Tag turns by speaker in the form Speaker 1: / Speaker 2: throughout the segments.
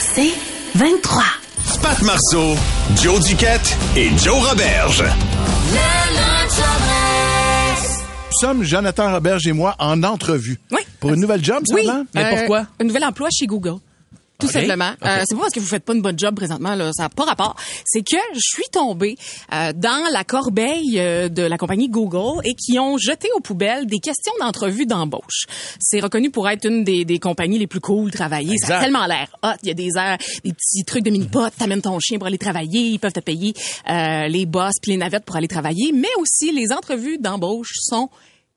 Speaker 1: C'est 23.
Speaker 2: Pat Marceau, Joe Duquette et Joe Roberge.
Speaker 3: Nous sommes, Jonathan Roberge et moi, en entrevue.
Speaker 4: Oui.
Speaker 3: Pour une nouvelle job,
Speaker 4: Oui.
Speaker 3: seulement?
Speaker 4: Euh,
Speaker 5: Mais pourquoi?
Speaker 4: Un nouvel emploi chez Google. Tout
Speaker 5: Ok.
Speaker 4: simplement.
Speaker 5: Ok.
Speaker 4: Euh, c'est pas parce que vous faites pas une bonne job présentement, là, ça n'a pas rapport. C'est que je suis tombée euh, dans la corbeille euh, de la compagnie Google et qui ont jeté aux poubelles des questions d'entrevue d'embauche. C'est reconnu pour être une des, des compagnies les plus cool travailler. Ça a
Speaker 5: Exact.
Speaker 4: tellement l'air hot. Il y a des airs, des petits trucs de mini-potes. T'amènes ton chien pour aller travailler. Ils peuvent te payer euh, les bosses puis les navettes pour aller travailler. Mais aussi, les entrevues d'embauche sont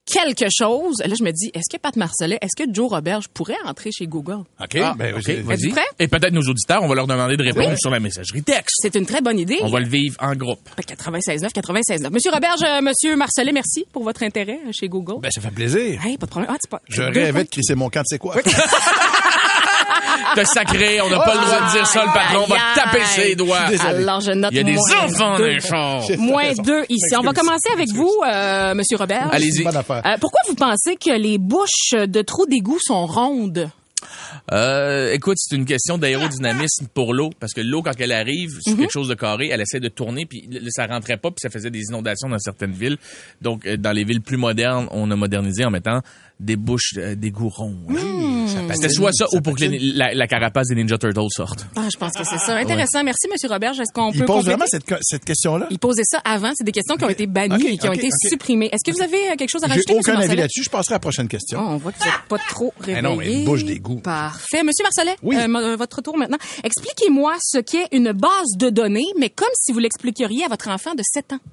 Speaker 4: quelque chose. Là, je me dis, est-ce que Pat Marcellet, est-ce que Joe Roberge pourrait entrer chez Google?
Speaker 5: OK,
Speaker 3: Ah,
Speaker 5: ben, OK,
Speaker 3: c'est-
Speaker 5: vas-y.
Speaker 4: Êtes-vous prêts?
Speaker 5: Et peut-être nos auditeurs, on va leur demander de répondre
Speaker 4: Oui.
Speaker 5: sur la messagerie texte.
Speaker 4: C'est une très bonne idée.
Speaker 5: On va le vivre en groupe.
Speaker 4: 96.9, 96.9. Monsieur Roberge, euh, Monsieur Marcellet, merci pour votre intérêt euh, chez Google.
Speaker 3: Ben, ça fait plaisir.
Speaker 4: Hey, pas de problème. Ah, c'est pas-
Speaker 3: Je
Speaker 4: deux
Speaker 3: rêvais
Speaker 4: points.
Speaker 3: de crisser mon camp, c'est quoi?
Speaker 5: T'as sacré, on n'a pas le droit de dire ça, le patron va
Speaker 4: aïe,
Speaker 5: te taper
Speaker 4: aïe.
Speaker 5: ses doigts.
Speaker 3: Je suis désolé.
Speaker 4: Alors, je note
Speaker 5: Il y a des
Speaker 4: moins
Speaker 5: enfants dans
Speaker 4: deux.
Speaker 5: les chars.
Speaker 4: Moins deux ici. On va commencer avec vous, euh, Monsieur Roberge.
Speaker 3: C'est
Speaker 5: Allez-y.
Speaker 3: une bonne affaire.
Speaker 4: Euh, pourquoi vous pensez que les bouches de trous d'égout sont rondes?
Speaker 5: Euh, écoute, c'est une question d'aérodynamisme pour l'eau, parce que l'eau, quand elle arrive sur quelque chose de carré, elle essaie de tourner, puis le- ça rentrait pas, puis ça faisait des inondations dans certaines villes. Donc, euh, dans les villes plus modernes, on a modernisé en mettant des bouches euh, d'égout ronds.
Speaker 4: Hmm.
Speaker 5: C'était soit ça, ou pour que les- la, la carapace des Ninja Turtles sorte.
Speaker 4: Ah, je pense que c'est ça. Intéressant. Merci, Monsieur Roberge. Est-ce qu'on
Speaker 3: Il
Speaker 4: peut
Speaker 3: pose
Speaker 4: compléter?
Speaker 3: vraiment cette, cette question-là?
Speaker 4: Il posait ça avant. C'est des questions qui ont été bannies
Speaker 3: Ok,
Speaker 4: et qui ont
Speaker 3: ok,
Speaker 4: été
Speaker 3: ok.
Speaker 4: supprimées. Est-ce que vous avez euh, quelque chose à
Speaker 3: J'ai
Speaker 4: rajouter, monsieur
Speaker 3: aucun avis
Speaker 4: Marcellet?
Speaker 3: là-dessus. Je passerai à la prochaine question.
Speaker 4: Oh, on voit que vous n'êtes pas trop réveillé.
Speaker 3: Ah! Eh non, mais bouche des goûts.
Speaker 4: Parfait. Monsieur Marcellet,
Speaker 3: Oui.
Speaker 4: euh, m- euh, votre tour maintenant. Expliquez-moi ce qu'est une base de données, mais comme si vous l'expliqueriez à votre enfant de 7 ans.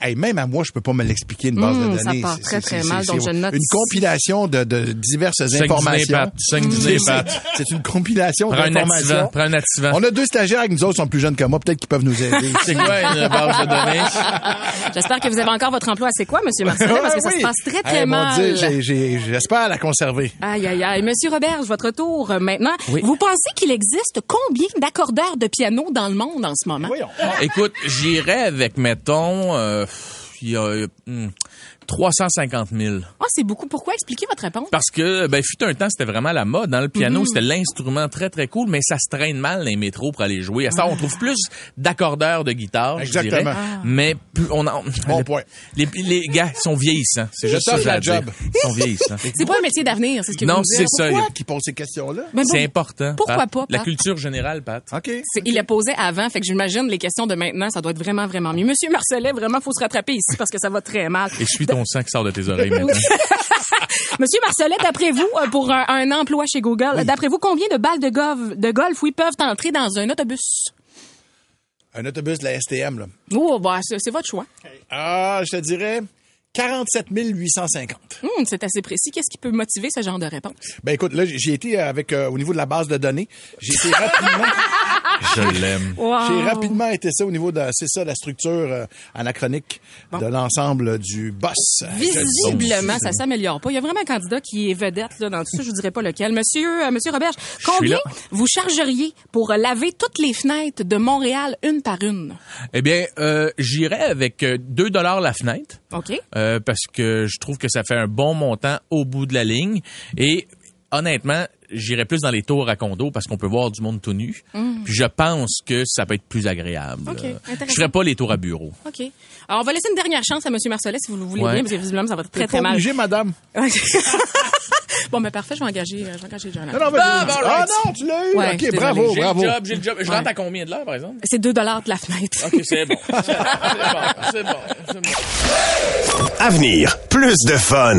Speaker 3: Hey, même à moi, je peux pas me l'expliquer une base
Speaker 4: Hmm,
Speaker 3: de
Speaker 4: ça
Speaker 3: données.
Speaker 4: part
Speaker 3: C'est-
Speaker 4: très,
Speaker 3: c'est-
Speaker 4: très
Speaker 3: c'est-
Speaker 4: mal,
Speaker 3: c'est-
Speaker 4: donc je note-
Speaker 3: Une compilation de, de diverses
Speaker 5: Cinq dîners,
Speaker 3: informations.
Speaker 5: Pat. Cinq dîners,
Speaker 3: C'est-
Speaker 5: Pat.
Speaker 3: C'est une compilation
Speaker 5: Prends un activant.
Speaker 3: d'informations.
Speaker 5: Prends un activant.
Speaker 3: On a deux stagiaires qui nous autres sont plus jeunes que moi, peut-être qu'ils peuvent nous aider.
Speaker 5: C'est quoi une base de données?
Speaker 4: J'espère que vous avez encore votre emploi. C'est quoi, monsieur Marcellet? Parce que ça
Speaker 3: Ah Oui.
Speaker 4: se passe très,
Speaker 3: Hey,
Speaker 4: très
Speaker 3: Eh, mon
Speaker 4: mal.
Speaker 3: Dieu, j'ai- j'ai- J'espère la conserver.
Speaker 4: Aïe, aïe, aïe. Monsieur Roberge, votre tour euh, maintenant.
Speaker 5: Oui.
Speaker 4: Vous pensez qu'il existe combien d'accordeurs de piano dans le monde en ce moment?
Speaker 3: Voyons.
Speaker 5: Écoute, j'irais avec, mettons, euh, il y a euh, hmm, 350 000.
Speaker 4: Ah, c'est beaucoup. Pourquoi? Expliquez votre réponse.
Speaker 5: Parce que, ben, fut un temps, c'était vraiment la mode. Dans le piano,
Speaker 3: Mm-hmm.
Speaker 5: c'était l'instrument très, très cool, mais ça se traîne mal dans les métros pour aller jouer. À ça, on trouve plus d'accordeurs de guitare,
Speaker 3: Ah.
Speaker 5: je
Speaker 3: Exactement.
Speaker 5: dirais. Ah. Mais plus, on en...
Speaker 3: Bon point.
Speaker 5: Les, les gars sont vieillissants. C'est
Speaker 3: Je
Speaker 5: juste ça que
Speaker 3: t'offre la
Speaker 5: j'ai à dire.
Speaker 3: job.
Speaker 5: Ils sont vieillissants.
Speaker 4: C'est pas un métier d'avenir, c'est ce que
Speaker 5: Non,
Speaker 4: vous me dites.
Speaker 5: c'est ça.
Speaker 3: Pourquoi qui pose ces questions-là?
Speaker 4: Ben,
Speaker 5: C'est
Speaker 4: bon,
Speaker 5: important.
Speaker 4: Pourquoi
Speaker 5: Pat.
Speaker 4: pas,
Speaker 5: La
Speaker 4: Pat?
Speaker 5: culture générale, Pat.
Speaker 3: OK.
Speaker 4: c'est- Il la posait avant, fait que j'imagine les questions de maintenant, ça doit être vraiment, vraiment mieux. Monsieur Marcellet, vraiment, faut se rattraper ici parce que ça va très mal.
Speaker 5: Et je suis ton sang qui sort de tes oreilles maintenant.
Speaker 4: Monsieur Marcellet, d'après vous, euh, pour un, un emploi chez Google, d'après vous, combien de balles de, gov- de golf, oui, peuvent entrer dans un autobus?
Speaker 3: Un autobus de la STM, là.
Speaker 4: Oh, bah, c'est c'est votre choix.
Speaker 3: Ah, je te dirais 47 850.
Speaker 4: Hum, c'est assez précis. Qu'est-ce qui peut motiver ce genre de réponse?
Speaker 3: Ben écoute, là, j'ai été avec, euh, au niveau de la base de données, j'ai été rapidement...
Speaker 5: Je l'aime.
Speaker 3: J'ai rapidement été ça au niveau de, c'est ça, la structure euh, anachronique de l'ensemble du boss.
Speaker 5: Eh,
Speaker 4: Visiblement, ça s'améliore pas. Il y a vraiment un candidat qui est vedette là, dans tout ça. Je vous dirais pas lequel. Monsieur, euh, Monsieur Roberge, combien
Speaker 5: là.
Speaker 4: vous chargeriez pour euh, laver toutes les fenêtres de Montréal une par une?
Speaker 5: Eh bien, euh, j'irais avec euh, 2 dollars la fenêtre.
Speaker 4: OK?
Speaker 5: Euh, parce que je trouve que ça fait un bon montant au bout de la ligne. Et honnêtement, j'irais plus dans les tours à condo parce qu'on peut voir du monde tout nu. Puis je pense que ça peut être plus agréable.
Speaker 4: Mm. Ok,
Speaker 5: Euh,
Speaker 4: intéressant.
Speaker 5: Je ferais pas les tours à bureau.
Speaker 4: OK. Alors, on va laisser une dernière chance à Monsieur Marcellet si vous le voulez
Speaker 5: Ouais.
Speaker 4: bien, parce que visiblement, ça va très,
Speaker 3: Très
Speaker 4: très mal.
Speaker 3: obligé, madame.
Speaker 4: bon, mais parfait, je vais engager, euh, je vais engager Jonathan.
Speaker 3: Non, non, vas-y.
Speaker 5: Ah, bon,
Speaker 3: ah
Speaker 5: right.
Speaker 3: non, tu l'as eu.
Speaker 4: bah, Ouais, je suis
Speaker 3: OK, bravo,
Speaker 4: désolée.
Speaker 3: Oh, bravo.
Speaker 5: j'ai le job. Je rentre à combien de l'heure, par exemple?
Speaker 4: C'est 2 dollars de la fenêtre.
Speaker 5: OK, c'est bon. c'est bon, c'est bon.
Speaker 2: Avenir, plus de fun.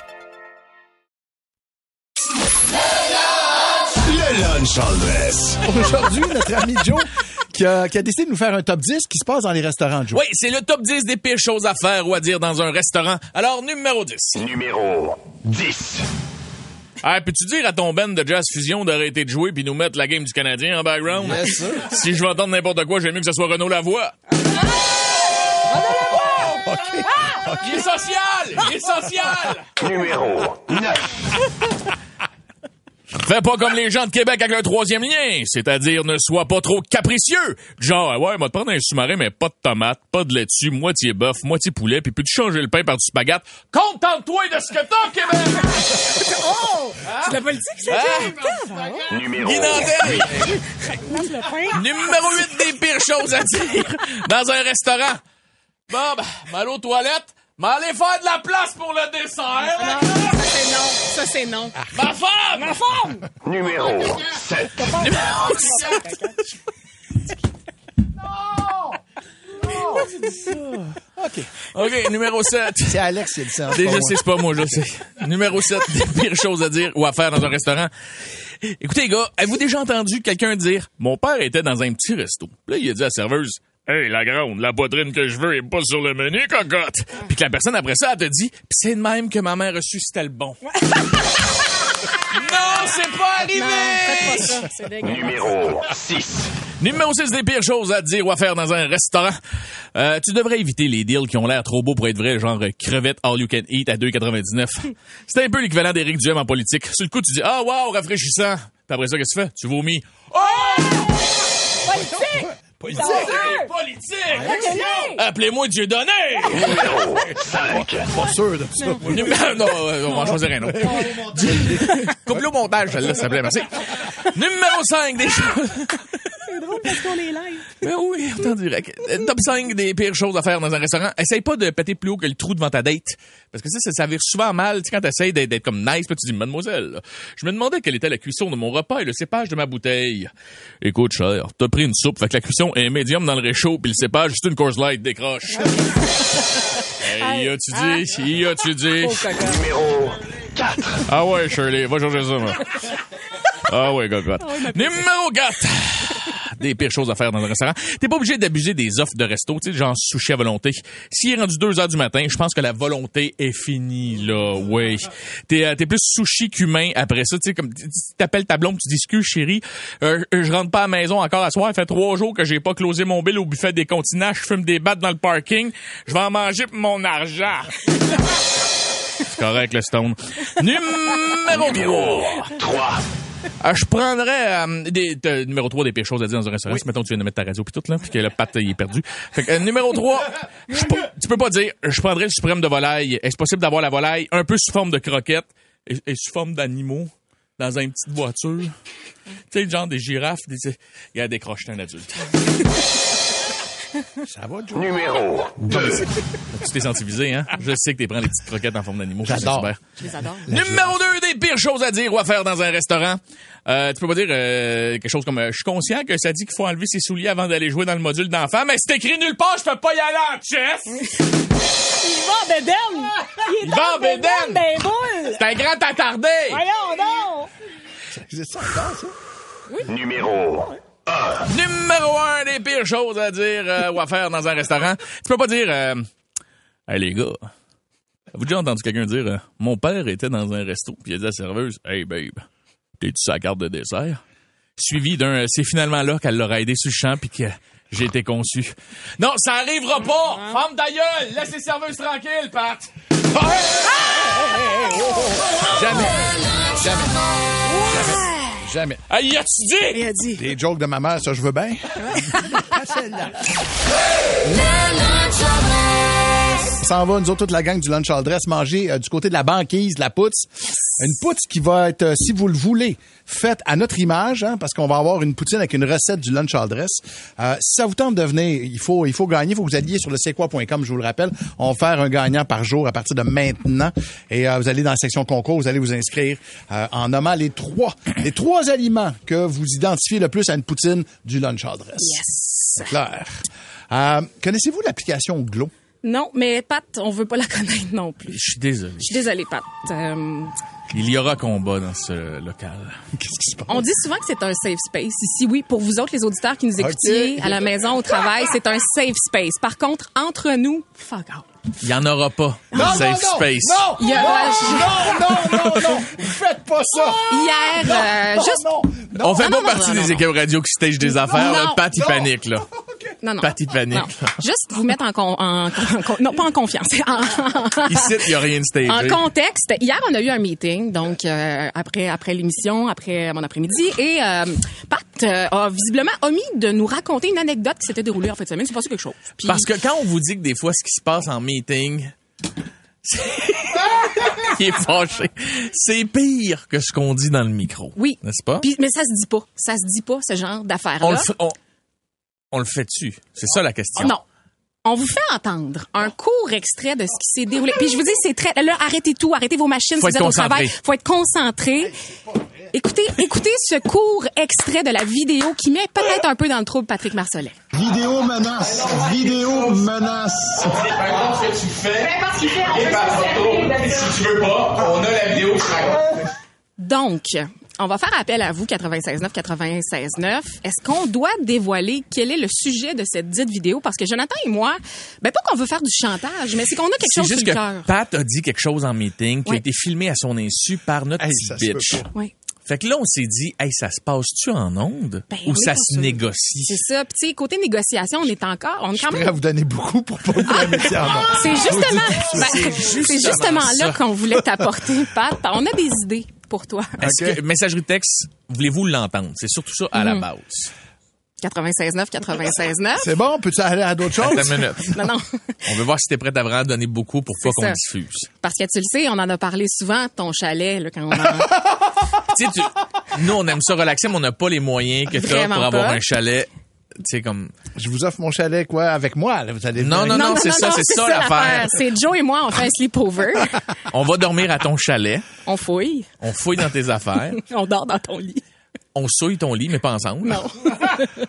Speaker 2: Le lunch en dresse.
Speaker 3: Aujourd'hui, notre ami Joe, qui a, qui a décidé de nous faire un top 10 qui se passe dans les restaurants, Joe.
Speaker 5: Oui, c'est le top 10 des pires choses à faire ou à dire dans un restaurant. Alors, numéro 10.
Speaker 6: Numéro 10.
Speaker 5: Ah, peux-tu dire à ton band de Jazz Fusion d'arrêter de jouer puis nous mettre la game du Canadien en background?
Speaker 3: Yes, sir.
Speaker 5: Si je veux entendre n'importe quoi, j'aime mieux que ce soit Renaud Lavoie.
Speaker 3: OK.
Speaker 5: Il est social! Il est social!
Speaker 6: Numéro 9.
Speaker 5: Fais pas comme les gens de Québec avec leur troisième lien, c'est-à-dire ne sois pas trop capricieux. Genre, ah ouais, moi, te prendre un sous-marin, mais pas de tomates, pas de laitue, moitié bœuf, moitié poulet, puis peux-tu changer le pain par du spaghette? Contente-toi de ce que t'as, Québec! Ah!
Speaker 4: C'est la politique, ça,
Speaker 6: Numéro
Speaker 7: Oh.
Speaker 5: Guinandelle! Numéro 8 des pires choses à dire dans un restaurant. Bon, ben, mal aux toilettes, m'aller faire de la place pour le dessert.
Speaker 4: Ça, c'est non. Ça, c'est non.
Speaker 5: Ma femme! Ma femme!
Speaker 6: Numéro 7.
Speaker 5: OK, numéro 7.
Speaker 3: C'est Alex qui a dit ça.
Speaker 5: Déjà, c'est c'est pas moi, je sais. Numéro 7 des pires choses à dire ou à faire dans un restaurant. Écoutez, les gars, avez-vous déjà entendu quelqu'un dire « Mon père était dans un petit resto. » Puis Là, il a dit à la serveuse « Hey, la grande, la poitrine que je veux est pas sur le menu, cocotte! » Puis que la personne, après ça, elle te dit « Puis c'est de même que ma mère a su si c'était le bon. » Non, c'est pas arrivé!
Speaker 4: Non, faites pas ça. C'est dégueulasse.
Speaker 6: Numéro 6.
Speaker 5: Numéro 6 des pires choses à dire ou à faire dans un restaurant. Euh, tu devrais éviter les deals qui ont l'air trop beaux pour être vrais, genre euh, crevettes all you can eat à 2,99. C'est un peu l'équivalent d'Éric Duhem en politique. Sur le coup, tu dis « Ah, wow, rafraîchissant! » Puis après ça, qu'est-ce que tu fais? Tu vomis. « Oh! Politique! Politique! Politique! Appelez-moi Dieu donné!
Speaker 6: Numéro 5.
Speaker 3: pas sûr de ça.
Speaker 5: Numé- non, euh, on va en choisir un autre. Coupe-le au montage, celle-là, s'il te plaît, merci. Numéro 5 des choses...
Speaker 4: C'est drôle parce qu'on est live.
Speaker 5: Ben oui, on t'en direct. Euh, Top 5 des pires choses à faire dans un restaurant. Essaye pas de péter plus haut que le trou devant ta date. Parce que ça, ça, ça vire souvent mal. Tu sais, quand t'essayes d'être, d'être comme nice, puis tu dis, mademoiselle, là, je me demandais quelle était la cuisson de mon repas et le cépage de ma bouteille. Écoute, cher, t'as pris une soupe, fait que la cuisson est médium dans le réchaud, puis le cépage, c'est une course light, décroche. hey, y a-tu
Speaker 4: ah.
Speaker 5: dit? Y a-tu dit?
Speaker 6: Numéro 4.
Speaker 5: Ah ouais, Shirley, va changer ça, moi. Ah ouais, cocotte. Numéro 4. Des pires choses à faire dans un restaurant. T'es pas obligé d'abuser des offres de resto, tu sais, genre sushi à volonté. S'il est rendu 2 heures du matin, je pense que la volonté est finie, là, ouais. T'es euh, t'es plus sushi qu'humain après ça, tu sais, comme t- t- t'appelles ta blonde, tu dis, excuse chérie, euh, je rentre pas à la maison encore à soir, il fait trois jours que j'ai pas closé mon bill au buffet des continents, je fume des battes dans le parking, je vais en manger pour mon argent. C'est correct, le stone. Numéro 3.
Speaker 6: 3.
Speaker 5: Ah, je prendrais euh, des, de- numéro 3 des pires choses à dire dans un restaurant. Si, mettons, tu viens de mettre ta radio puis tout, là, puis que le pâte il est perdu. Fait que, euh, numéro 3, je peux- tu peux pas dire, je prendrais le suprême de volaille. Est-ce possible d'avoir la volaille un peu sous forme de croquette et, et sous forme d'animaux dans une petite voiture? Tu sais, le genre des girafes, des, il y a des croches d'un adulte.
Speaker 3: Ça va, Joe?
Speaker 6: Numéro 2.
Speaker 5: tu t'es senti visé, hein? Je sais que t'es prends les petites croquettes en forme d'animaux. je sais,
Speaker 3: J'adore.
Speaker 5: Hubert.
Speaker 4: Je les adore.
Speaker 5: Numéro 2 des pires choses à dire ou à faire dans un restaurant. Euh, tu peux pas dire euh, quelque chose comme euh, Je suis conscient que ça dit qu'il faut enlever ses souliers avant d'aller jouer dans le module d'enfant, mais c'est écrit nulle part, je peux pas y aller en chess! Ah!
Speaker 4: Il va en bédaine. Il
Speaker 5: va en bédaine.
Speaker 4: Ben boule.
Speaker 5: C'est un grand attardé!
Speaker 4: Voyons donc.
Speaker 3: Existe ça encore, ça?
Speaker 6: Numéro
Speaker 5: Numéro 1 des pires choses à dire euh, ou à faire dans un restaurant. Tu peux pas dire euh, Hey les gars, avez-vous déjà entendu quelqu'un dire euh, Mon père était dans un resto, puis il a dit à la serveuse Hey babe, t'es-tu sa carte de dessert Suivi d'un euh, C'est finalement là qu'elle l'aura aidé sur le champ, puis que. J'ai été conçu. Non, ça arrivera pas! Femme ta gueule! Laisse les serveuses tranquilles, Pat!
Speaker 3: Jamais. Jamais. Jamais. Jamais.
Speaker 5: Hey, a-tu dit?
Speaker 4: Il a dit.
Speaker 3: Les jokes de ma mère, ça, je veux bien.
Speaker 1: Le lunch en dresse.
Speaker 3: On s'en va, nous autres, toute la gang du lunch all dress, manger euh, du côté de la banquise, de la poutre. Une poutre qui va être, euh, si vous le voulez, faite à notre image, hein, parce qu'on va avoir une poutine avec une recette du lunch all dress. Euh, si ça vous tente de venir, il faut, il faut gagner. Il faut que vous alliez sur le c'est quoi.com, je vous le rappelle. On va faire un gagnant par jour à partir de maintenant. Et euh, vous allez dans la section concours, vous allez vous inscrire euh, en nommant les trois, les trois aliments que vous identifiez le plus à une poutine du lunch all dress. C'est clair. Euh, Connaissez-vous l'application Glow?
Speaker 4: Non, mais Pat, on veut pas la connaître non plus.
Speaker 5: Je suis désolé.
Speaker 4: Je suis désolée, Pat. Euh,
Speaker 5: Il y aura combat dans ce local.
Speaker 3: Qu'est-ce qui se passe?
Speaker 4: on dit souvent que c'est un safe space. Ici, oui, pour vous autres, les auditeurs qui nous écoutiez
Speaker 3: Ok.
Speaker 4: à la maison, au travail, c'est un safe space. Par contre, entre nous, fuck out.
Speaker 5: Il y en aura pas. de safe space.
Speaker 3: Oh, Non,
Speaker 4: Il y a-
Speaker 3: non, non, non, non, non, faites pas ça.
Speaker 4: Hier, euh,
Speaker 3: Non,
Speaker 4: juste...
Speaker 3: non, non.
Speaker 5: On fait
Speaker 4: Ah,
Speaker 5: pas
Speaker 4: non, non,
Speaker 5: partie
Speaker 4: non,
Speaker 5: des
Speaker 4: non,
Speaker 5: équipes radio qui stage des affaires. là.
Speaker 4: Non.
Speaker 5: Pat, il
Speaker 3: Non.
Speaker 5: panique, là.
Speaker 4: Non, non.
Speaker 5: Pat, il panique.
Speaker 4: Non. Juste vous mettre en... con- en- en- non, pas en confiance. En-
Speaker 5: Ici, il y a rien de stagé.
Speaker 4: En contexte, hier on a eu un meeting, donc euh, après après l'émission, après mon après-midi, et euh, Pat euh, a visiblement omis de nous raconter une anecdote qui s'était déroulée en fin de semaine. C'est passé quelque chose. Puis-
Speaker 5: Parce que quand on vous dit que des fois, ce qui se passe en meeting, il est fâché. C'est pire que ce qu'on dit dans le micro.
Speaker 4: oui,
Speaker 5: N'est-ce pas?
Speaker 4: Puis- mais ça se dit pas, ça se dit pas ce genre d'affaire
Speaker 5: on le
Speaker 4: là.
Speaker 5: fait, on, on le fait dessus. C'est ça la question.
Speaker 4: Non. On vous fait entendre un court extrait de ce qui s'est déroulé. Puis je vous dis, c'est très... Là, arrêtez tout, arrêtez vos machines,
Speaker 5: Faut
Speaker 4: si vous
Speaker 5: être
Speaker 4: êtes au
Speaker 5: concentré.
Speaker 4: travail. faut être concentré. Écoutez, écoutez ce court extrait de la vidéo qui met peut-être un peu dans le trouble Patrick Marcellet.
Speaker 8: Vidéo menace, vidéo menace.
Speaker 9: Peu importe ce que tu fais, et par photo, et si tu veux pas, on a la vidéo qui se raconte.
Speaker 4: Donc, on va faire appel à vous, 96.9, 96.9. Est-ce qu'on doit dévoiler quel est le sujet de cette dite vidéo? Parce que Jonathan et moi, ben pas qu'on veut faire du chantage, mais c'est qu'on a quelque
Speaker 5: C'est
Speaker 4: chose sur
Speaker 5: juste
Speaker 4: le
Speaker 5: que
Speaker 4: cœur.
Speaker 5: Pat a dit quelque chose en meeting qui a
Speaker 4: Ouais.
Speaker 5: été filmé à son insu par notre
Speaker 3: Hey,
Speaker 5: petit
Speaker 3: ça se peut
Speaker 5: bitch.
Speaker 3: pas.
Speaker 4: Oui.
Speaker 5: Fait que là, on s'est dit, hey, ça se passe-tu en onde
Speaker 4: Ben, on
Speaker 5: ou
Speaker 4: est
Speaker 5: ça
Speaker 4: pas
Speaker 5: se
Speaker 4: sûr.
Speaker 5: négocie?
Speaker 4: C'est ça. Puis, tu sais, côté négociation, on est encore, on est quand
Speaker 3: Je vais
Speaker 4: même
Speaker 3: vous donner beaucoup pour pas
Speaker 4: Ah,
Speaker 3: vous la mettre
Speaker 5: Ah
Speaker 3: en nom.
Speaker 4: C'est justement, ben,
Speaker 5: C'est
Speaker 4: c'est
Speaker 5: justement
Speaker 4: justement
Speaker 5: ça.
Speaker 4: là qu'on voulait t'apporter, Pat. Ben, On a des idées pour toi.
Speaker 5: Est-ce
Speaker 3: Ok.
Speaker 5: que messagerie texte, voulez-vous l'entendre? C'est surtout ça à la
Speaker 4: Mm-hmm.
Speaker 5: base.
Speaker 4: 96.9, 96.9.
Speaker 3: C'est bon, peux-tu aller à d'autres
Speaker 4: Oh,
Speaker 3: choses?
Speaker 5: Attends une minute.
Speaker 4: Non, non.
Speaker 5: On veut voir si t'es prête à vraiment donner beaucoup pour pas
Speaker 4: C'est
Speaker 5: qu'on
Speaker 4: ça.
Speaker 5: diffuse.
Speaker 4: Parce que tu le sais, on en a parlé souvent, ton chalet, là, quand on en...
Speaker 5: Tu sais, tu- nous, on aime ça relaxer, mais on n'a pas les moyens que t'as
Speaker 4: Vraiment
Speaker 5: pour avoir
Speaker 4: pas.
Speaker 5: un chalet. Tu sais, comme.
Speaker 3: Je vous offre mon chalet, quoi, avec moi. là, vous allez
Speaker 5: Non,
Speaker 3: venir.
Speaker 5: non, non, c'est ça, c'est ça l'affaire.
Speaker 4: C'est Joe et moi, on fait un sleepover.
Speaker 5: On va dormir à ton chalet,
Speaker 4: on fouille.
Speaker 5: on fouille dans tes affaires,
Speaker 4: On dort dans ton lit.
Speaker 5: on souille ton lit, mais pas ensemble.
Speaker 4: Non.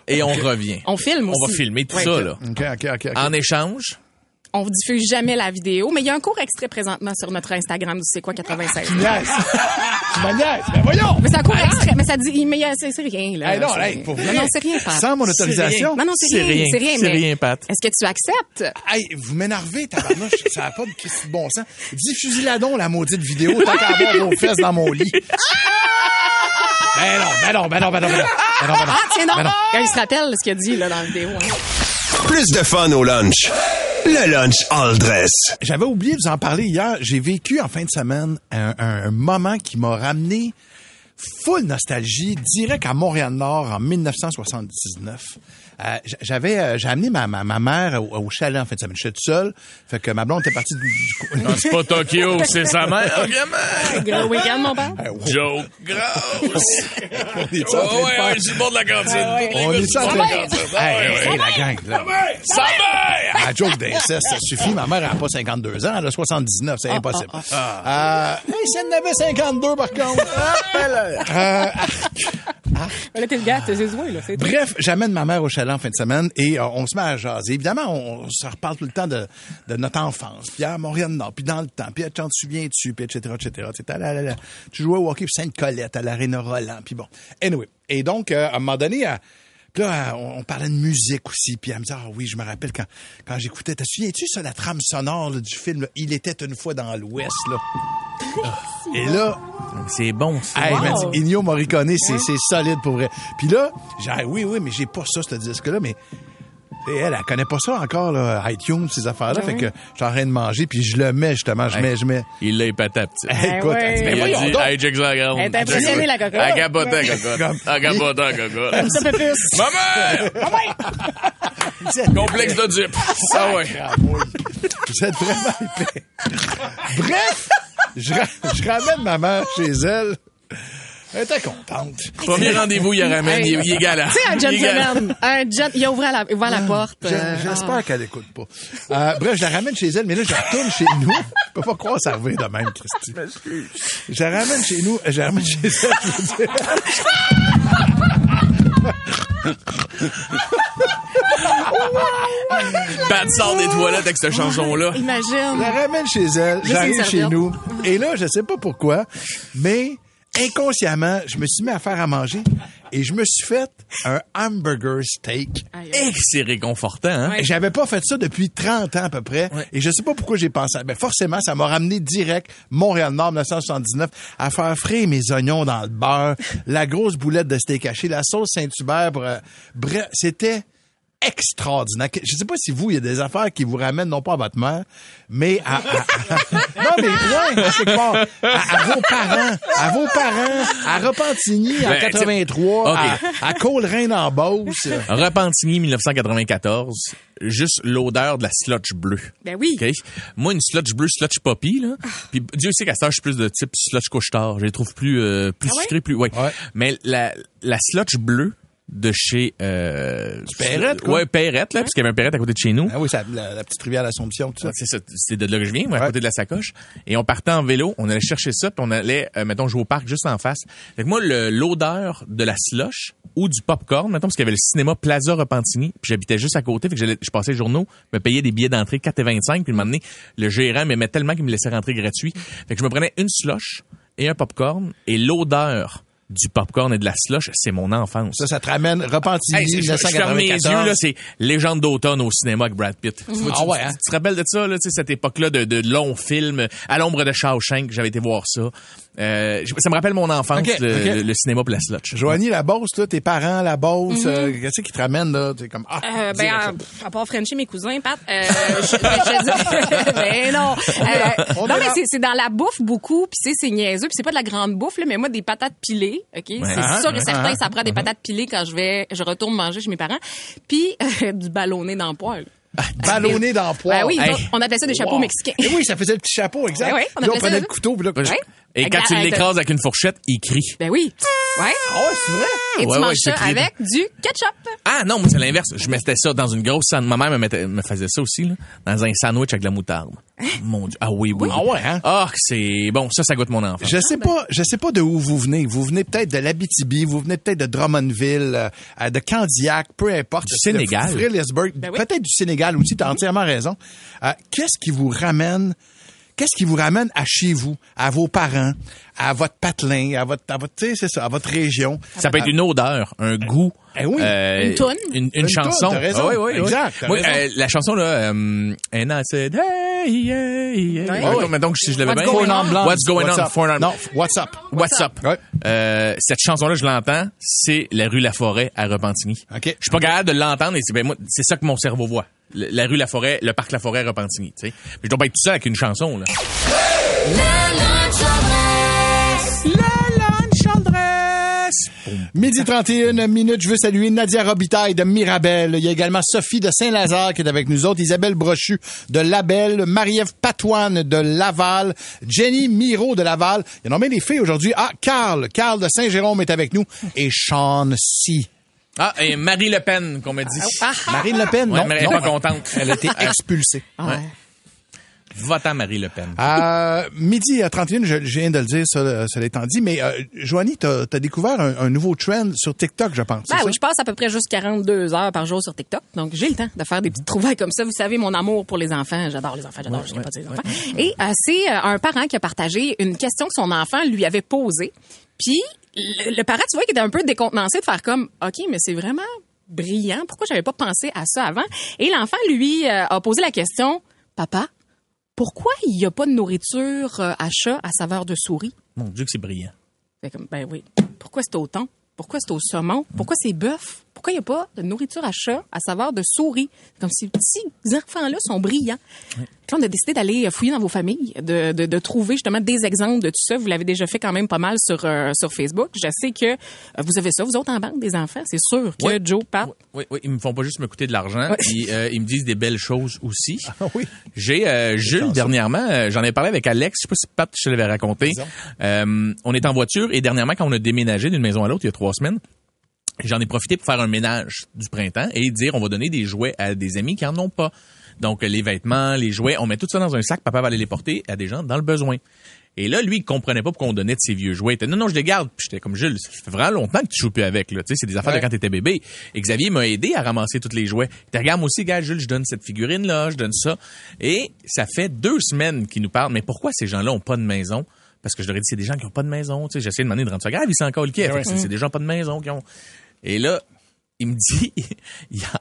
Speaker 5: Et on revient.
Speaker 4: On filme
Speaker 5: On
Speaker 4: aussi.
Speaker 5: va filmer tout
Speaker 4: Ouais.
Speaker 5: ça, là.
Speaker 3: OK, OK, OK.
Speaker 4: Ah,
Speaker 3: ok.
Speaker 5: En échange,
Speaker 4: On diffuse jamais la vidéo, mais il y a un court extrait présentement sur notre Instagram du C'est quoi 96.
Speaker 3: Niaise. tu me niaises. Ben voyons.
Speaker 4: Mais c'est un court extrait, mais ça dit, mais il y a- c'est c'est rien, là.
Speaker 3: Hey, non,
Speaker 4: Ah, C'est-
Speaker 3: hey, pour
Speaker 4: non,
Speaker 3: vrai.
Speaker 4: non, c'est rien, Pat.
Speaker 3: Sans mon autorisation.
Speaker 4: Non, non, c'est
Speaker 5: c'est
Speaker 4: rien,
Speaker 5: rien.
Speaker 4: c'est rien,
Speaker 5: C'est
Speaker 4: mais-
Speaker 5: rien, Pat.
Speaker 4: Est-ce que tu acceptes?
Speaker 3: Hey, vous m'énervez, tabarnouche. ça n'a pas de Christ de bon sens. Diffusez-la donc, la maudite vidéo, tant qu'à avoir vos fesses dans mon lit. ben non, ben non, ben non, ben non, ben non. Ben non, ben non.
Speaker 4: Ah, tiens donc!
Speaker 3: Ben non.
Speaker 4: Il se rappelle ce qu'il a dit là, dans la vidéo. hein.
Speaker 2: Plus de fun au lunch. Le lunch all dress.
Speaker 3: J'avais oublié de vous en parler hier. J'ai vécu en fin de semaine un, un- un moment qui m'a ramené full nostalgie direct à Montréal-Nord en 1979. Euh, j- j'avais euh, j'ai amené ma, ma, ma mère au, au chalet en fin de semaine. J'étais tout seul, fait que ma blonde était partie du, du cou-
Speaker 5: c'est pas Tokyo, c'est sa mère. Ok,
Speaker 4: Gros week-end, mon père.
Speaker 5: Joke. Grosse.
Speaker 3: On est-tu en train
Speaker 5: Oh,
Speaker 3: de faire-
Speaker 5: c'est le bord de la
Speaker 4: Ah
Speaker 5: cantine.
Speaker 3: On est-tu en train de faire
Speaker 5: Sa
Speaker 3: ça? Hey,
Speaker 5: mère!
Speaker 3: hey, la gang, là.
Speaker 5: Sa mère!
Speaker 3: La joke d'inceste, ça suffit. Ma mère n'a pas 52 ans, elle a 79, c'est impossible. Euh, hey, si elle en avait 52, par contre. Euh,
Speaker 4: Là, t'es le gars, t'es joué, là. C'est
Speaker 3: Bref, j'amène ma mère au chalet en fin de semaine et euh, on se met à jaser. Évidemment, on, on se reparle tout le temps de, de notre enfance, puis à Montréal-Nord, puis dans le temps, puis tu te souviens-tu, puis etc., etc. Tu sais, talalala. Tu jouais au hockey puis Sainte-Colette à l'aréna Roland, puis bon. Anyway. Et donc, euh, à un moment donné, à- puis là, euh, on, on parlait de musique aussi, puis elle me dit « Ah oui, je me rappelle quand, quand j'écoutais... Te souviens-tu ça, la trame sonore là, du film là, Il était une fois dans l'Ouest », là? Et là,
Speaker 5: C'est bon, ça.
Speaker 3: Hey,
Speaker 4: Wow.
Speaker 3: man, c'est Ennio Morricone, c'est c'est solide pour vrai. Puis là, j'ai ah, oui, oui, mais j'ai pas ça, ce disque-là, mais Et elle, elle connaît pas ça encore, là, iTunes, ces affaires-là.
Speaker 4: Ben
Speaker 3: fait
Speaker 4: oui.
Speaker 3: que je suis en train de manger, puis je le mets, justement, je mets, je mets.
Speaker 5: Il l'a épaté, la petite.
Speaker 3: Hey, écoute,
Speaker 4: ouais.
Speaker 3: elle dit,
Speaker 5: Il
Speaker 3: mais
Speaker 5: a
Speaker 3: voyons
Speaker 5: dit,
Speaker 3: donc.
Speaker 5: hey, check ça, la
Speaker 4: Elle est impressionnée, la cocotte.
Speaker 5: Elle capotait, la cocotte. Elle capotait, la
Speaker 4: Comme
Speaker 5: cocotte.
Speaker 4: ça, Pépus.
Speaker 5: Maman! Complexe de dupe. Ah ouais.
Speaker 3: Vous êtes vraiment épais. Bref, je, ra- je ramène ma mère chez elle. Elle était contente.
Speaker 5: Premier rendez-vous, il ramène, il, il est galant.
Speaker 4: Tu sais, un
Speaker 5: Il est Ah. galant.
Speaker 4: gentleman. Un gent... Il a ouvert la, il a ouvert la porte.
Speaker 3: J'ai-
Speaker 4: euh,
Speaker 3: J'espère
Speaker 4: ah.
Speaker 3: qu'elle n'écoute pas. Euh, bref, je la ramène chez elle, mais là, je la retourne chez nous. Je peux pas croire que ça revient de même, Christy. Je la ramène chez nous, je la ramène chez elle, je veux dire.
Speaker 5: Pat sort des toilettes avec cette chanson-là.
Speaker 3: Je
Speaker 4: euh, Imagine.
Speaker 3: la ramène chez elle,
Speaker 4: Juste une
Speaker 3: j'arrive
Speaker 4: serviette.
Speaker 3: chez nous. Et là, je sais pas pourquoi, mais inconsciemment, je me suis mis à faire à manger et je me suis fait un hamburger steak.
Speaker 5: Eh, c'est réconfortant, hein?
Speaker 4: Ouais.
Speaker 3: Et J'avais pas fait ça depuis 30 ans à peu près.
Speaker 5: Ouais.
Speaker 3: Et je sais pas pourquoi j'ai pensé. à- Ben forcément, ça m'a ramené direct Montréal-Nord 1979 à faire frire mes oignons dans le beurre, la grosse boulette de steak haché, la sauce Saint-Hubert. pour, euh, bref, c'était extraordinaire. Que- Je sais pas si vous, il y a des affaires qui vous ramènent non pas à votre mère, mais à... à- à- non, mais ouais, c'est bon. À, à vos parents, à vos parents, à Repentigny en
Speaker 5: Ben,
Speaker 3: 83,
Speaker 5: t'sais-
Speaker 3: à, à Coleraine-en-Beauce.
Speaker 5: Repentigny 1994, juste l'odeur de la slotch bleue.
Speaker 4: Ben oui. Ah.
Speaker 5: OK? Moi, une slotch bleue, slotch poppy, là. Puis Dieu sait qu'à cette heure, je suis plus de type slotch couche-tard. Je les trouve plus, euh, plus
Speaker 4: Ah ouais?
Speaker 5: sucrés, plus. Ouais.
Speaker 3: Ouais.
Speaker 5: Mais la, la slotch bleue de chez. Euh,
Speaker 3: Perrette, quoi.
Speaker 5: Ouais, Perrette, là, parce qu'il y avait un Perrette à côté de chez nous.
Speaker 3: Ah oui, ça- la, la petite rivière l'Assomption, tout ça.
Speaker 5: Ah, C'est ça, c'est de là que je viens, moi, à
Speaker 3: Ouais.
Speaker 5: côté de la sacoche. Et on partait en vélo, on allait chercher ça, puis on allait, euh, mettons, jouer au parc juste en face. Fait que moi, le- l'odeur de la slush ou du popcorn, mettons, parce qu'il y avait le cinéma Plaza Repentigny, puis j'habitais juste à côté, fait que j'allais- je passais les journaux, me payais des billets d'entrée 4,25, puis un moment donné, le gérant m'aimait tellement qu'il me laissait rentrer gratuit. Fait que je me prenais une slush et un popcorn, et l'odeur du popcorn et de la slush, c'est mon enfance.
Speaker 3: Ça, ça te ramène Repentigny,
Speaker 5: Hey, c'est- je, je ferme les yeux,
Speaker 3: 1994.
Speaker 5: là, c'est Légende d'automne au cinéma avec Brad Pitt. Tu, vois, tu-
Speaker 3: Ah ouais, hein?
Speaker 5: tu- tu te rappelles de ça, là, tu sais, cette époque-là de, de longs films, à l'ombre de Shawshank, j'avais été voir ça. Euh, je- ça me rappelle mon enfance,
Speaker 3: Ok,
Speaker 5: le,
Speaker 3: ok.
Speaker 5: le- le cinéma pour la slotch.
Speaker 3: Joanie, la Beauce, toi, tes parents, la Beauce, euh, qu'est-ce qui te ramène, là? T'es comme, ah,
Speaker 4: Mhm. Euh, ben,
Speaker 3: direct, là.
Speaker 4: à, à part Frenchie, mes cousins, Pat, euh, je, je- je- ben non. Euh,
Speaker 3: On est
Speaker 4: non, mais
Speaker 3: là.
Speaker 4: c'est, c'est dans la bouffe beaucoup, puis c'est, c'est niaiseux, puis c'est pas de la grande bouffe, là, mais moi, des patates pilées, OK? c'est
Speaker 5: Ah,
Speaker 4: sûr et
Speaker 5: ah,
Speaker 4: certain,
Speaker 3: ah,
Speaker 4: ça prend des patates pilées quand je vais, je retourne manger chez mes parents, puis euh, du ballonné dans le poêle.
Speaker 3: ballonné dans le poire.
Speaker 4: Ben oui,
Speaker 5: Hey.
Speaker 4: on appelait ça des chapeaux
Speaker 3: Wow.
Speaker 4: mexicains.
Speaker 3: Eh oui, ça faisait le petit chapeau, exact.
Speaker 4: Ben oui, on
Speaker 3: Puis là, on
Speaker 4: appelait ça
Speaker 3: prenait
Speaker 4: le-
Speaker 3: le couteau, puis là,
Speaker 4: Ouais.
Speaker 5: Et quand
Speaker 4: Avec
Speaker 5: tu
Speaker 4: la-
Speaker 5: l'écrases avec une fourchette, il crie.
Speaker 4: Ben oui. Ouais.
Speaker 3: ah ouais, c'est vrai?
Speaker 4: Et
Speaker 5: ouais,
Speaker 4: tu
Speaker 5: ouais,
Speaker 4: manges
Speaker 5: je
Speaker 4: ça
Speaker 5: te crie.
Speaker 4: avec du ketchup.
Speaker 5: Ah non, moi c'est l'inverse. Je mettais ça dans une grosse sandwich. Ma mère me, mettait- me faisait ça aussi, là, dans un sandwich avec de la moutarde.
Speaker 4: Hein?
Speaker 5: Mon Dieu. Ah oui, oui.
Speaker 3: Ah ouais, hein?
Speaker 5: Ah, que c'est bon. Ça, ça goûte mon enfance.
Speaker 3: Je sais pas, je sais pas de où vous venez. Vous venez peut-être de l'Abitibi, vous venez peut-être de Drummondville, euh, euh, de Candiac, peu importe.
Speaker 5: Du Sénégal.
Speaker 3: De Frélisberg,
Speaker 4: Ben oui.
Speaker 3: peut-être du Sénégal aussi, t'as entièrement raison. Euh, qu'est-ce qui vous ramène, qu'est-ce qui vous ramène à chez vous, à vos parents, à votre patelin, à votre, à votre, tu sais, c'est ça, à votre région? Euh,
Speaker 5: Ça peut être une odeur, un goût. euh,
Speaker 3: Eh oui.
Speaker 4: Une toune.
Speaker 5: Une, une
Speaker 3: Une
Speaker 5: chanson.
Speaker 3: toune, t'as raison.
Speaker 5: Ah oui, oui, oui.
Speaker 3: Exact, t'as
Speaker 5: Moi,
Speaker 3: raison.
Speaker 5: euh, la chanson, là, euh, and I said, hey, hey, hey.
Speaker 4: Ouais.
Speaker 5: Mettons- mettons que si je l'avais
Speaker 4: What's
Speaker 5: bien.
Speaker 4: going on,
Speaker 3: Blonde?
Speaker 5: What's going
Speaker 3: What's
Speaker 5: on?
Speaker 3: up?
Speaker 5: Foreign Arm-
Speaker 3: Non, what's up?
Speaker 5: What's up?
Speaker 3: Ouais.
Speaker 5: Euh, cette chanson-là, je l'entends, c'est la rue La Forêt à Repentigny.
Speaker 3: OK.
Speaker 5: Je suis pas capable de l'entendre et c'est ben, moi, c'est ça que mon cerveau voit. Le- la rue La Forêt, le parc La Forêt à Repentigny, tu sais. Mais Je dois pas être tout seul avec une chanson là.
Speaker 3: Midi 31 minutes, je veux saluer Nadia Robitaille de Mirabel. Il y a également Sophie de Saint-Lazare qui est avec nous autres, Isabelle Brochu de Label, Marie-Ève Patoine de Laval, Jenny Miro de Laval. Il y en a bien des filles aujourd'hui. Ah, Carl, Carl de Saint-Jérôme est avec nous et Sean C.
Speaker 5: Ah, et Marie Le Pen qu'on me dit.
Speaker 4: Ah,
Speaker 3: Marine Le Pen,
Speaker 5: Ouais,
Speaker 3: non,
Speaker 5: mais elle est
Speaker 3: non,
Speaker 5: pas contente.
Speaker 3: Elle a été expulsée.
Speaker 5: Ouais. Votant Marie Le Pen.
Speaker 3: À Euh, midi à 31, je, je viens de le dire, ça, ça étant dit, mais euh, Joanie, t'as as découvert un, un nouveau trend sur TikTok, je pense.
Speaker 4: Ben
Speaker 3: c'est ça?
Speaker 4: oui, je passe à peu près juste 42 heures par jour sur TikTok. Donc, j'ai le temps de faire des petites trouvailles comme ça. Vous savez, mon amour pour les enfants. J'adore les enfants, j'adore, je capote sur les enfants. Et euh, c'est euh, un parent qui a partagé une question que son enfant lui avait posée. Puis, le, le parent, tu vois, qui était un peu décontenancé de faire comme, OK, mais c'est vraiment brillant. Pourquoi j'avais pas pensé à ça avant? Et l'enfant, lui, euh, a posé la question, Papa, pourquoi il n'y a pas de nourriture euh, à chat à saveur de souris?
Speaker 5: Mon Dieu que c'est brillant.
Speaker 4: Fait comme, ben oui. Pourquoi c'est au thon? Pourquoi c'est au saumon? Pourquoi c'est bœuf? Pourquoi pourquoi il n'y a pas de nourriture à chat à savoir de souris? Comme ces petits enfants-là sont brillants. Puis là, on a décidé d'aller euh, fouiller dans vos familles, de, de, de trouver justement des exemples de tout ça. Vous l'avez déjà fait quand même pas mal sur, euh, sur Facebook. Je sais que euh, vous avez ça, vous autres en banque, des enfants. C'est sûr que
Speaker 5: Ouais.
Speaker 4: Joe parle.
Speaker 5: Oui, oui, ils me font pas juste me coûter de l'argent,
Speaker 4: Ouais.
Speaker 5: puis, euh, ils me disent des belles choses aussi.
Speaker 3: oui.
Speaker 5: Ah J'ai euh, Jules dernièrement, euh, j'en ai parlé avec Alex, je sais pas si Pat je te l'avais raconté. Euh, on est en voiture et dernièrement quand on a déménagé d'une maison à l'autre il y a trois semaines, j'en ai profité pour faire un ménage du printemps et dire on va donner des jouets à des amis qui en ont pas. Donc euh, les vêtements, les jouets, on met tout ça dans un sac, papa va aller les porter à des gens dans le besoin. Et là, lui, il comprenait pas pourquoi on donnait de ses vieux jouets. Il était, non, non, je les garde. Puis j'étais comme Jules, ça fait vraiment longtemps que tu joues plus avec. Là. Tu sais, c'est des affaires
Speaker 10: Ouais.
Speaker 5: de quand t'étais bébé. Et Xavier m'a aidé à ramasser tous les jouets. Il était, regarde, moi aussi, gars, Jules, je donne cette figurine là, je donne ça. Et ça fait deux semaines qu'il nous parle. Mais pourquoi ces gens-là ont pas de maison? Parce que je leur ai dit, c'est des gens qui ont pas de maison. Tu sais, j'essaie de demander de rendre ça grave. Ils sont encore le
Speaker 10: Ben Ouais. Mm.
Speaker 5: C'est c'est des gens pas de maison qui ont. Et là, il me dit hier,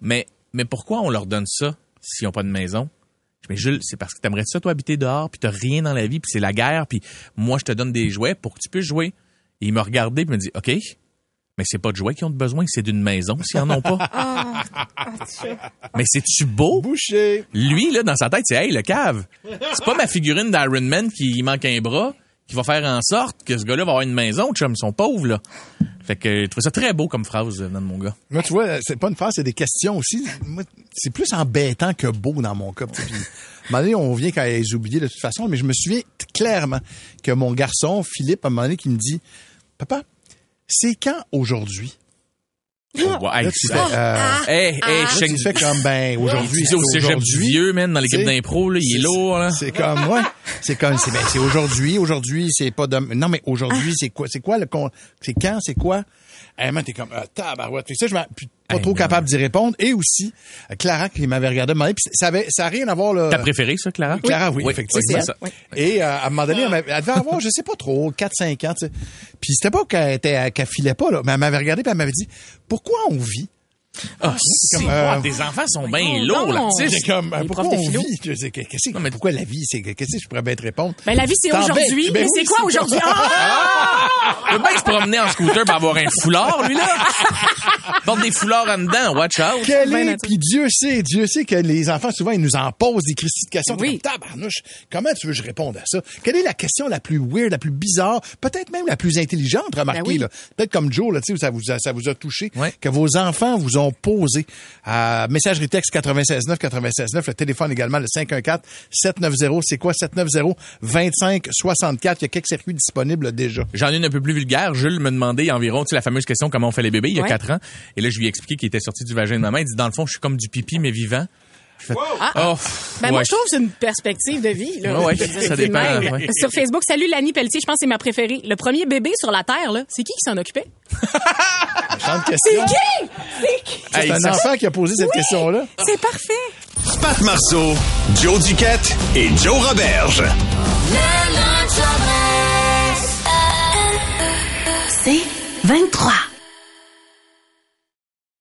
Speaker 5: mais, mais pourquoi on leur donne ça s'ils n'ont pas de maison? Je dis, Mais Jules, c'est parce que t'aimerais ça, toi, habiter dehors, puis t'as rien dans la vie, puis c'est la guerre, puis moi, je te donne des jouets pour que tu puisses jouer. Et il m'a regardé, puis il me dit, OK, mais c'est pas de jouets qu'ils ont de besoin, c'est d'une maison s'ils en ont pas. Mais c'est-tu beau?
Speaker 3: Boucher.
Speaker 5: Lui, là, dans sa tête, c'est Hey, le cave! C'est pas ma figurine d'Iron Man qui manque un bras qui va faire en sorte que ce gars-là va avoir une maison, chum, ils sont pauvres, là. Fait que je trouve ça très beau comme phrase euh, venant de mon gars.
Speaker 3: Moi, tu vois, c'est pas une phase, c'est des questions aussi. Moi, c'est plus embêtant que beau dans mon cas. Puis, à un moment donné, on vient quand les oublier de toute façon, mais je me souviens t- clairement que mon garçon, Philippe, à un moment donné, qui me dit Papa, c'est quand aujourd'hui
Speaker 5: Hey,
Speaker 3: Ah! Là, tu
Speaker 5: c'est-
Speaker 3: fais, euh,
Speaker 5: hey, hey,
Speaker 3: là,
Speaker 5: check-
Speaker 3: tu fais comme ben aujourd'hui.
Speaker 5: Il dit au
Speaker 3: c'est
Speaker 5: cégep du
Speaker 3: aujourd'hui.
Speaker 5: vieux, man, dans l'équipe
Speaker 3: Tu sais,
Speaker 5: d'impro, là, il est
Speaker 3: c'est-
Speaker 5: lourd, là.
Speaker 3: C'est comme ouais, c'est comme c'est ben, c'est aujourd'hui, aujourd'hui, c'est pas demain. Non mais
Speaker 5: Ah.
Speaker 3: aujourd'hui, c'est quoi c'est quoi le con- c'est quand, c'est quoi Eh man, t'es comme euh, tabarouette. Fait que ça je m'en- puis pas
Speaker 5: ben
Speaker 3: trop capable d'y répondre et aussi euh, Clara qui m'avait regardé demander puis ça avait ça a rien à voir là.
Speaker 5: T'as préféré ça, Clara?
Speaker 3: Clara, oui,
Speaker 5: Oui,
Speaker 3: effectivement.
Speaker 5: oui, Ah. c'est ça. Oui.
Speaker 3: Et euh, à un moment donné, elle, m'avait- elle devait avoir, je sais pas trop, 4-5 ans. tu sais. Puis c'était pas qu'elle était- qu'elle filait pas, là, mais elle m'avait regardé et elle m'avait dit « Pourquoi on vit? »
Speaker 5: Ah,
Speaker 3: c'est
Speaker 5: si,
Speaker 3: comme, euh,
Speaker 5: wow, tes enfants sont bien
Speaker 3: non,
Speaker 5: lourds, là.
Speaker 3: non.
Speaker 5: Tu sais,
Speaker 3: C'est comme, euh,
Speaker 5: les
Speaker 3: pourquoi
Speaker 5: profs de
Speaker 3: on
Speaker 5: philo.
Speaker 3: vit? Je sais, qu'est-ce que- Pourquoi la vie? C'est, qu'est-ce que je pourrais bien te répondre?
Speaker 4: Ben, la vie, c'est
Speaker 3: T'embêtes.
Speaker 4: aujourd'hui,
Speaker 3: Ben
Speaker 4: mais
Speaker 3: oui,
Speaker 4: c'est quoi aujourd'hui? Ah!
Speaker 5: Le mec se promenait en scooter pour avoir un foulard, lui, là. Il Porte des foulards en dedans, watch out.
Speaker 3: Quel est, puis Dieu sait, Dieu sait que les enfants, souvent, ils nous en posent des critiques de questions. Oui. Tabarnouche, comment tu veux que je réponde à ça? Quelle est la question la plus weird, la plus bizarre, peut-être même la plus intelligente, remarquez,
Speaker 10: Ben oui.
Speaker 3: là. Peut-être comme Joe, là, tu sais, où ça vous a, ça vous a touché, que vos enfants vous ont posé. Euh, messagerie texte 969 969, le téléphone également, le 514-790, c'est quoi? 790-2564. Il y a quelques circuits disponibles déjà.
Speaker 5: J'en ai une un peu plus vulgaire. Jules me demandait environ, tu sais, la fameuse question comment on fait les bébés il y a
Speaker 3: Ouais.
Speaker 5: quatre ans. Et là, je lui ai expliqué qu'il était sorti du vagin de maman. Il dit, dans le fond, je suis comme du pipi, mais vivant. Je fais,
Speaker 4: Ah.
Speaker 5: oh, pff,
Speaker 4: Ben, moi,
Speaker 5: ouais.
Speaker 4: je trouve que c'est une perspective de vie. Là.
Speaker 5: Ouais, ouais,
Speaker 4: Je veux dire, c'est le
Speaker 5: ça dépend,
Speaker 4: même.
Speaker 5: ouais.
Speaker 4: Sur Facebook, salut Lani Pelletier, je pense que c'est ma préférée. Le premier bébé sur la Terre, là, c'est qui qui s'en occupait?
Speaker 3: Chante
Speaker 4: C'est
Speaker 5: Hein?
Speaker 3: question.
Speaker 4: qui? C'est qui?
Speaker 3: C'est un enfant qui a posé cette
Speaker 4: Oui.
Speaker 3: question-là.
Speaker 4: C'est parfait.
Speaker 2: Pat Marceau, Joe Duquette et Joe Roberge.
Speaker 1: C'est 23.